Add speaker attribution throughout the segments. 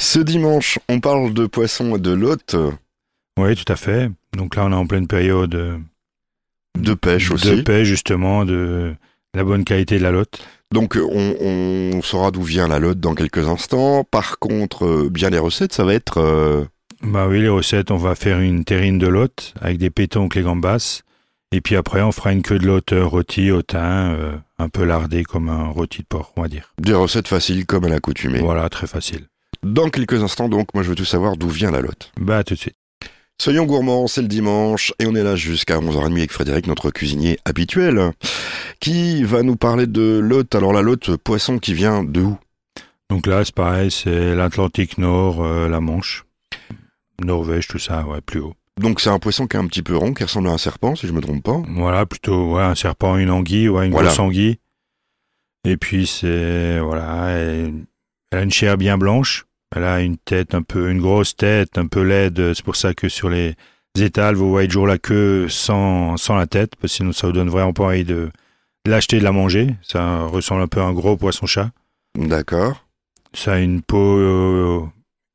Speaker 1: Ce dimanche, on parle de poissons et de lotes,
Speaker 2: Oui, tout à fait. Donc là, on est en pleine période euh,
Speaker 1: de pêche aussi.
Speaker 2: de paix, justement, de la bonne qualité de la lotte.
Speaker 1: Donc euh, on, on saura d'où vient la lotte dans quelques instants. Par contre, euh, bien les recettes, ça va être... euh,
Speaker 2: Bah oui, les recettes, on va faire une terrine de lotte avec des pétoncles et gambas. Et puis après, on fera une queue de lotte euh, rôtie au thym, euh, un peu lardée comme un rôti de porc, on va dire.
Speaker 1: des recettes faciles comme à l'accoutumée.
Speaker 2: Voilà, très facile.
Speaker 1: Dans quelques instants, donc, moi je veux tout savoir d'où vient la lotte.
Speaker 2: Bah, à tout de suite.
Speaker 1: Soyons gourmands, c'est le dimanche et on est là jusqu'à 11h30 avec Frédéric, notre cuisinier habituel, qui va nous parler de lotte. Alors la lotte, poisson qui vient de où
Speaker 2: Donc là, c'est pareil, c'est l'Atlantique Nord, euh, la Manche, Norvège, tout ça, ouais, plus haut.
Speaker 1: Donc c'est un poisson qui est un petit peu rond, qui ressemble à un serpent, si je me trompe pas.
Speaker 2: Voilà, plutôt ouais, un serpent, une anguille, ouais, une
Speaker 1: Voilà.
Speaker 2: grosse anguille. Et puis c'est voilà, et- elle a une chair bien blanche. Elle a une tête un peu, une grosse tête, un peu laide. C'est pour ça que sur les étals, vous voyez toujours la queue sans, sans la tête, parce que sinon ça vous donne vraiment pas envie de, de l'acheter, de la manger. Ça ressemble un peu à un gros poisson-chat.
Speaker 1: D'accord.
Speaker 2: Ça a une peau, euh,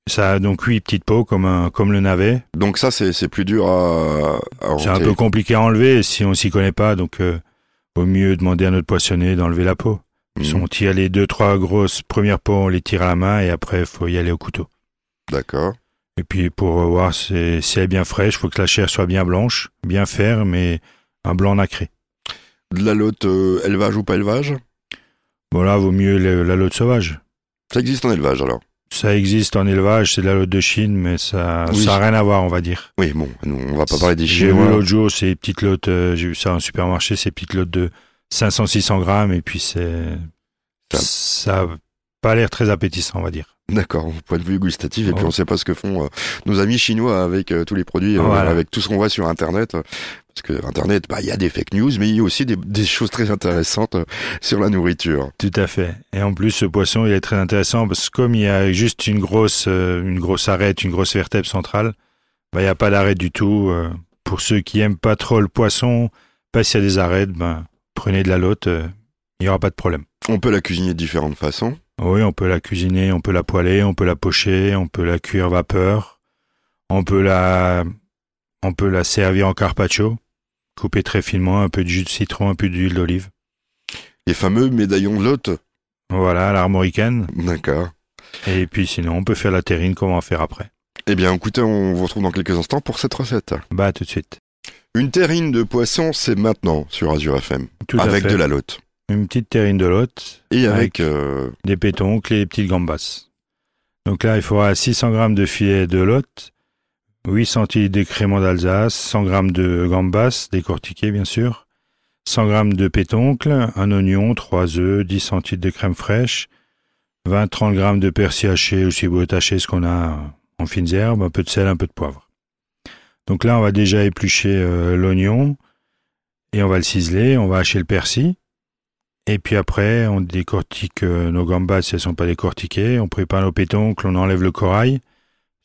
Speaker 2: ça a donc huit petites peaux comme un, comme le navet.
Speaker 1: Donc ça, c'est c'est plus dur à, à
Speaker 2: C'est un
Speaker 1: rôter.
Speaker 2: peu compliqué à enlever si on s'y connaît pas, donc euh, vaut mieux demander à notre poissonnier d'enlever la peau.
Speaker 1: Mhm.
Speaker 2: Si on tire les deux, trois grosses premières peaux, on les tire à la main et après, faut y aller au couteau.
Speaker 1: D'accord.
Speaker 2: Et puis, pour euh, voir si, si elle est bien fraîche, faut que la chair soit bien blanche, bien ferme et un blanc nacré.
Speaker 1: De la lotte, euh, élevage ou pas élevage
Speaker 2: Bon, là, vaut mieux le- la lotte sauvage.
Speaker 1: Ça existe en élevage alors
Speaker 2: Ça existe en élevage, c'est de la lotte de Chine, mais ça n'a
Speaker 1: Oui.
Speaker 2: rien à voir, on va dire.
Speaker 1: Oui, bon, nous, on va pas parler des
Speaker 2: J'ai vu
Speaker 1: Chinois.
Speaker 2: l'autre jour ces petites lottes, euh, j'ai vu ça en supermarché, ces petites lottes de 500-600 grammes, et puis c'est.
Speaker 1: Ça-
Speaker 2: Ça a pas l'air très appétissant, on va dire.
Speaker 1: D'accord, point de vue gustatif, et puis
Speaker 2: Oh.
Speaker 1: on sait pas ce que font euh, nos amis chinois avec euh, tous les produits, euh,
Speaker 2: Voilà.
Speaker 1: avec tout ce qu'on voit sur Internet. euh, Parce que Internet, bah, il y a des fake news, mais il y a aussi des, des choses très intéressantes euh, sur la nourriture.
Speaker 2: Tout à fait. Et en plus, ce poisson, il est très intéressant parce que comme il y a juste une grosse, euh, une grosse arête, une grosse vertèbre centrale, bah, il n'y a pas d'arête du tout. euh. Pour ceux qui aiment pas trop le poisson, pas s'il y a des arêtes, ben, prenez de la lotte, euh, il n'y aura pas de problème.
Speaker 1: On peut la cuisiner de différentes façons.
Speaker 2: Oui, on peut la cuisiner, on peut la poêler, on peut la pocher, on peut la cuire vapeur, on peut la, on peut la servir en carpaccio, coupée très finement, un peu de jus de citron, un peu d'huile d'olive.
Speaker 1: Les fameux médaillons de l'hôte.
Speaker 2: Voilà, à l'armoricaine.
Speaker 1: D'accord.
Speaker 2: Et puis sinon, on peut faire la terrine comme on va faire après.
Speaker 1: Eh bien, écoutez, on vous retrouve dans quelques instants pour cette recette.
Speaker 2: Bah, à tout de suite.
Speaker 1: Une terrine de poisson, c'est maintenant sur Azure FM,
Speaker 2: Tout
Speaker 1: avec
Speaker 2: à fait.
Speaker 1: de la lotte.
Speaker 2: Une petite terrine de lotte,
Speaker 1: Et avec,
Speaker 2: Avec-
Speaker 1: euh,
Speaker 2: des pétoncles et des petites gambas. Donc là, il faudra 600 grammes de filet de lotte, 8 centilitres de crément d'Alsace, 100 grammes de gambas, décortiquées bien sûr, 100 grammes de pétoncles, un oignon, 3 œufs, 10 centilitres de crème fraîche, 20-30 grammes de persil haché ou ciboulette hachée, ce qu'on a en fines herbes, un peu de sel, un peu de poivre. Donc là, on va déjà éplucher euh, l'oignon et on va le ciseler, on va hacher le persil. Et puis après, on décortique euh, nos gambas si elles sont pas décortiquées. On prépare nos pétoncles, on enlève le corail.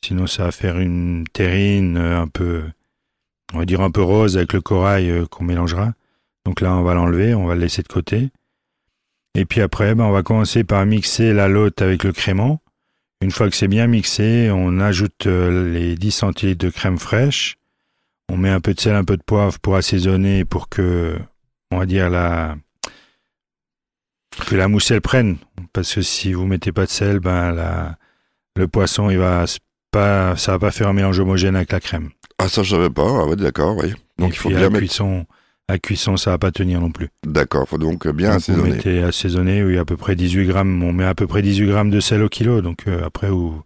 Speaker 2: Sinon, ça va faire une terrine euh, un peu, on va dire un peu rose avec le corail euh, qu'on mélangera. Donc là, on va l'enlever, on va le laisser de côté. Et puis après, ben, on va commencer par mixer la lotte avec le crément. Une fois que c'est bien mixé, on ajoute euh, les 10 centilitres de crème fraîche. On met un peu de sel, un peu de poivre pour assaisonner et pour que, on va dire, la, que la mousse elle prenne parce que si vous mettez pas de sel ben la, le poisson il va s- pas ça va pas faire un mélange homogène avec la crème
Speaker 1: ah ça je savais pas, ah ouais d'accord, oui. Donc
Speaker 2: Et
Speaker 1: il faut
Speaker 2: puis,
Speaker 1: bien
Speaker 2: à
Speaker 1: mettre,
Speaker 2: cuisson à cuisson ça va pas tenir non plus
Speaker 1: d'accord, faut donc bien
Speaker 2: Donc, vous
Speaker 1: Ah, assaisonner.
Speaker 2: mettez assaisonné oui à peu près 18 grammes on met à peu près 18 grammes de sel au kilo donc euh, après vous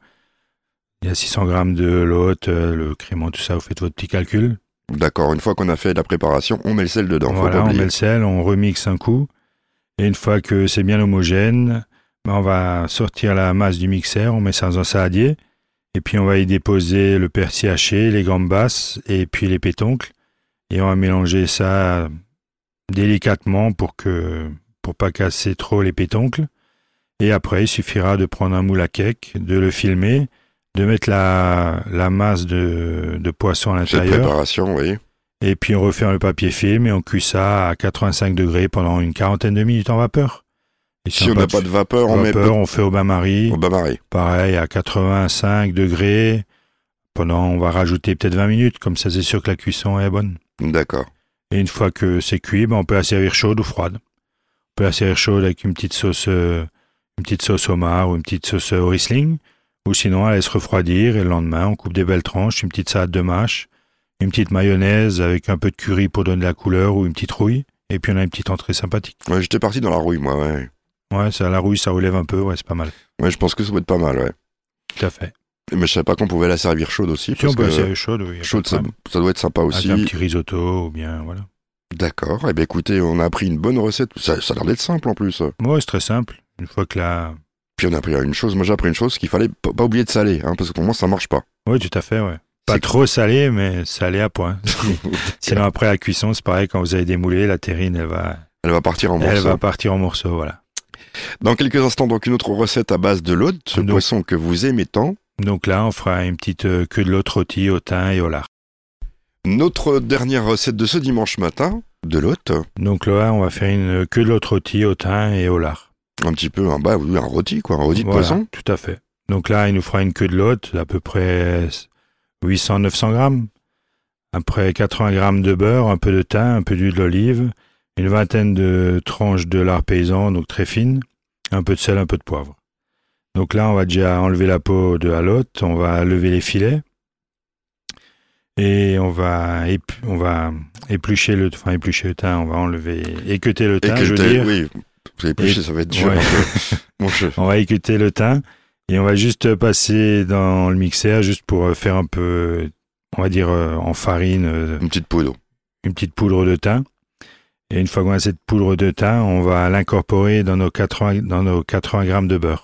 Speaker 2: il y a 600 grammes de l'hôte, euh, le crément, tout ça, vous faites votre petit calcul.
Speaker 1: D'accord, une fois qu'on a fait la préparation, on met le sel dedans, faut
Speaker 2: voilà,
Speaker 1: pas
Speaker 2: on
Speaker 1: oublier.
Speaker 2: met le sel, on remixe un coup. Et une fois que c'est bien homogène, ben, on va sortir la masse du mixeur, on met ça dans un saladier, et puis on va y déposer le persil haché, les gambas et puis les pétoncles, et on va mélanger ça délicatement pour que pour pas casser trop les pétoncles. Et après, il suffira de prendre un moule à cake, de le filmer, de mettre la, la masse de, de poisson à
Speaker 1: Cette
Speaker 2: l'intérieur.
Speaker 1: préparation, oui.
Speaker 2: Et puis on referme le papier film et on cuit ça à 85 degrés pendant une quarantaine de minutes en vapeur. Et
Speaker 1: Si on n'a pas de vapeur, on met
Speaker 2: vapeur, on fait au bain-marie.
Speaker 1: au bain-marie.
Speaker 2: Pareil, à 85 degrés. Pendant, on va rajouter peut-être 20 minutes. Comme ça, c'est sûr que la cuisson est bonne.
Speaker 1: D'accord.
Speaker 2: Et une fois que c'est cuit, ben, on peut la servir chaude ou froide. On peut la servir chaude avec une petite sauce, euh, une petite sauce homard ou une petite sauce euh, Riesling. Ou sinon, elle laisse refroidir et le lendemain, on coupe des belles tranches, une petite salade de mâche, une petite mayonnaise avec un peu de curry pour donner la couleur ou une petite rouille. Et puis, on a une petite entrée sympathique.
Speaker 1: Ouais, J'étais parti dans la rouille, moi, ouais.
Speaker 2: Ouais, ça, la rouille, ça relève un peu. Ouais, c'est pas mal.
Speaker 1: Ouais, je pense que ça doit être pas mal, ouais.
Speaker 2: Tout à fait.
Speaker 1: Mais je savais pas qu'on pouvait la servir chaude aussi.
Speaker 2: Si on
Speaker 1: parce
Speaker 2: peut la
Speaker 1: que
Speaker 2: servir chaude, oui. y a pas de
Speaker 1: chaude, ça,
Speaker 2: problème.
Speaker 1: ça doit être sympa aussi.
Speaker 2: Avec un petit risotto ou bien, voilà.
Speaker 1: D'accord. Eh bien, écoutez, on a appris une bonne recette. Ça, ça a l'air d'être simple en plus.
Speaker 2: Moi, c'est très simple. Une fois que la...
Speaker 1: Puis on a appris une chose. Moi, j'ai appris une chose qu'il fallait p- pas oublier de saler, hein, parce que pour moi, ça marche pas.
Speaker 2: Oui, tout à fait, ouais. Pas
Speaker 1: C'est-
Speaker 2: trop salé, mais salé à point. Sinon, après la cuisson, c'est pareil, quand vous avez démoulé, la terrine, elle va,
Speaker 1: Elle va partir en
Speaker 2: elle
Speaker 1: morceaux.
Speaker 2: va partir en morceaux, voilà.
Speaker 1: Dans quelques instants, donc une autre recette à base de l'aude, ce
Speaker 2: Donc-
Speaker 1: poisson que vous aimez tant.
Speaker 2: Donc là, on fera une petite euh, queue de l'autre rôti au thym et au lard.
Speaker 1: Notre dernière recette de ce dimanche matin, de l'hôte,
Speaker 2: Donc là, on va faire une euh, queue de l'autre rôti au thym et au lard.
Speaker 1: un petit peu un, bah, oui, un rôti, quoi, un rôti de
Speaker 2: Voilà,
Speaker 1: poisson.
Speaker 2: Tout à fait. Donc là, il nous fera une queue de lotte d'à peu près 800-900 grammes. Après 80 grammes de beurre, un peu de thym, un peu d'huile d'olive, une vingtaine de tranches de lard paysan, donc très fines, un peu de sel, un peu de poivre. Donc là, on va déjà enlever la peau de la lotte, on va lever les filets et on va, ép- on va éplucher le, enfin éplucher le thym, on va enlever, équeuter le
Speaker 1: Et
Speaker 2: thym,
Speaker 1: que
Speaker 2: je veux
Speaker 1: t'as-
Speaker 2: dire.
Speaker 1: oui, vous épluché,
Speaker 2: Et-
Speaker 1: ça va être dur.
Speaker 2: Ouais.
Speaker 1: un peu. Mon chef.
Speaker 2: On va écouter le thym et on va juste passer dans le mixeur juste pour euh, faire un peu, on va dire euh, en farine, euh,
Speaker 1: Une petite poudre.
Speaker 2: une petite poudre de thym. Et une fois qu'on a cette poudre de thym, on va l'incorporer dans nos 80 dans nos 80 grammes de beurre.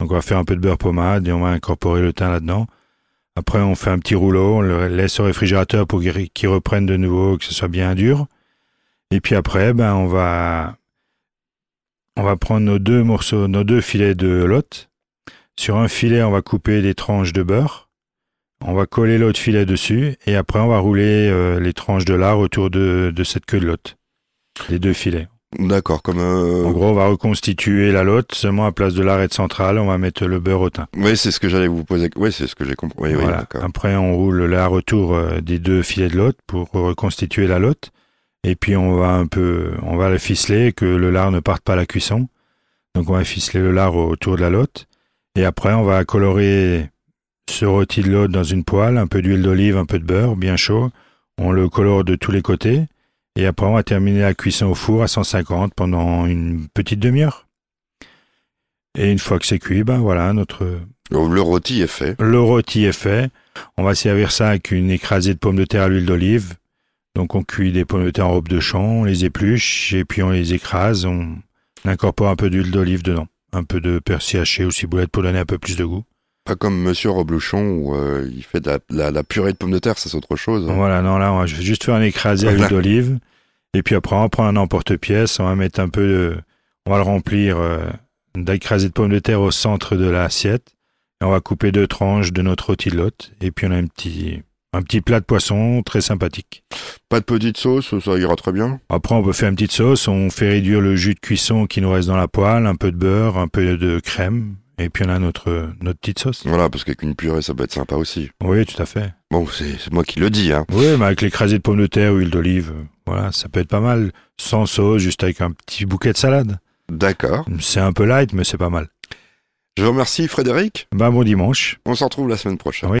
Speaker 2: Donc on va faire un peu de beurre pommade et on va incorporer le thym là-dedans. Après on fait un petit rouleau, on le laisse au réfrigérateur pour qu'il ré- qu'il reprenne de nouveau, que ce soit bien dur. Et puis après, ben on va on va prendre nos deux morceaux, nos deux filets de lotte. Sur un filet, on va couper des tranches de beurre. On va coller l'autre filet dessus et après on va rouler euh, les tranches de lard autour de, de cette queue de lotte. Les deux filets.
Speaker 1: D'accord, comme. euh,
Speaker 2: En gros, on va reconstituer la lotte seulement à place de lard et de centrale, on va mettre le beurre au thym.
Speaker 1: Oui, c'est ce que j'allais vous poser. Oui, c'est ce que j'ai compris. Oui, oui,
Speaker 2: Voilà.
Speaker 1: d'accord.
Speaker 2: Après, on roule la retour euh, des deux filets de lotte pour reconstituer la lotte. Et puis, on va un peu, on va la ficeler, que le lard ne parte pas à la cuisson. Donc, on va ficeler le lard autour de la lotte. Et après, on va colorer ce rôti de lotte dans une poêle, un peu d'huile d'olive, un peu de beurre, bien chaud. On le colore de tous les côtés. Et après, on va terminer la cuisson au four à 150 pendant une petite demi-heure. Et une fois que c'est cuit, ben voilà, notre,
Speaker 1: Donc, Le rôti est fait.
Speaker 2: le rôti est fait. On va servir ça avec une écrasée de pommes de terre à l'huile d'olive. Donc on cuit des pommes de terre en robe de champ, on les épluche et puis on les écrase. On incorpore un peu d'huile d'olive dedans, un peu de persil haché ou ciboulette pour donner un peu plus de goût.
Speaker 1: Pas comme Monsieur Reblochon où euh, il fait de la, la- la purée de pommes de terre, ça c'est autre chose. hein.
Speaker 2: Donc voilà, non là on va je vais juste faire un écrasé à l'huile d'olive et puis après on prend un emporte-pièce, on va mettre un peu, de- on va le remplir euh, d'écrasé de pommes de terre au centre de l'assiette et on va couper deux tranches de notre rôti de lotte et puis on a un petit un petit plat de poisson très sympathique.
Speaker 1: Pas de petite sauce, ça ira très bien.
Speaker 2: Après, on peut faire une petite sauce. On fait réduire le jus de cuisson qui nous reste dans la poêle, un peu de beurre, un peu de crème, et puis on a notre, notre petite sauce.
Speaker 1: Voilà, parce qu'avec une purée, ça peut être sympa aussi.
Speaker 2: Oui, tout à fait.
Speaker 1: Bon, c'est c'est moi qui le dis, hein.
Speaker 2: Oui, mais avec l'écrasé de pommes de terre ou huile d'olive, euh, voilà, ça peut être pas mal. Sans sauce, juste avec un petit bouquet de salade.
Speaker 1: D'accord.
Speaker 2: C'est un peu light, mais c'est pas mal.
Speaker 1: Je vous remercie, Frédéric.
Speaker 2: Ben, bon dimanche.
Speaker 1: On se retrouve la semaine prochaine.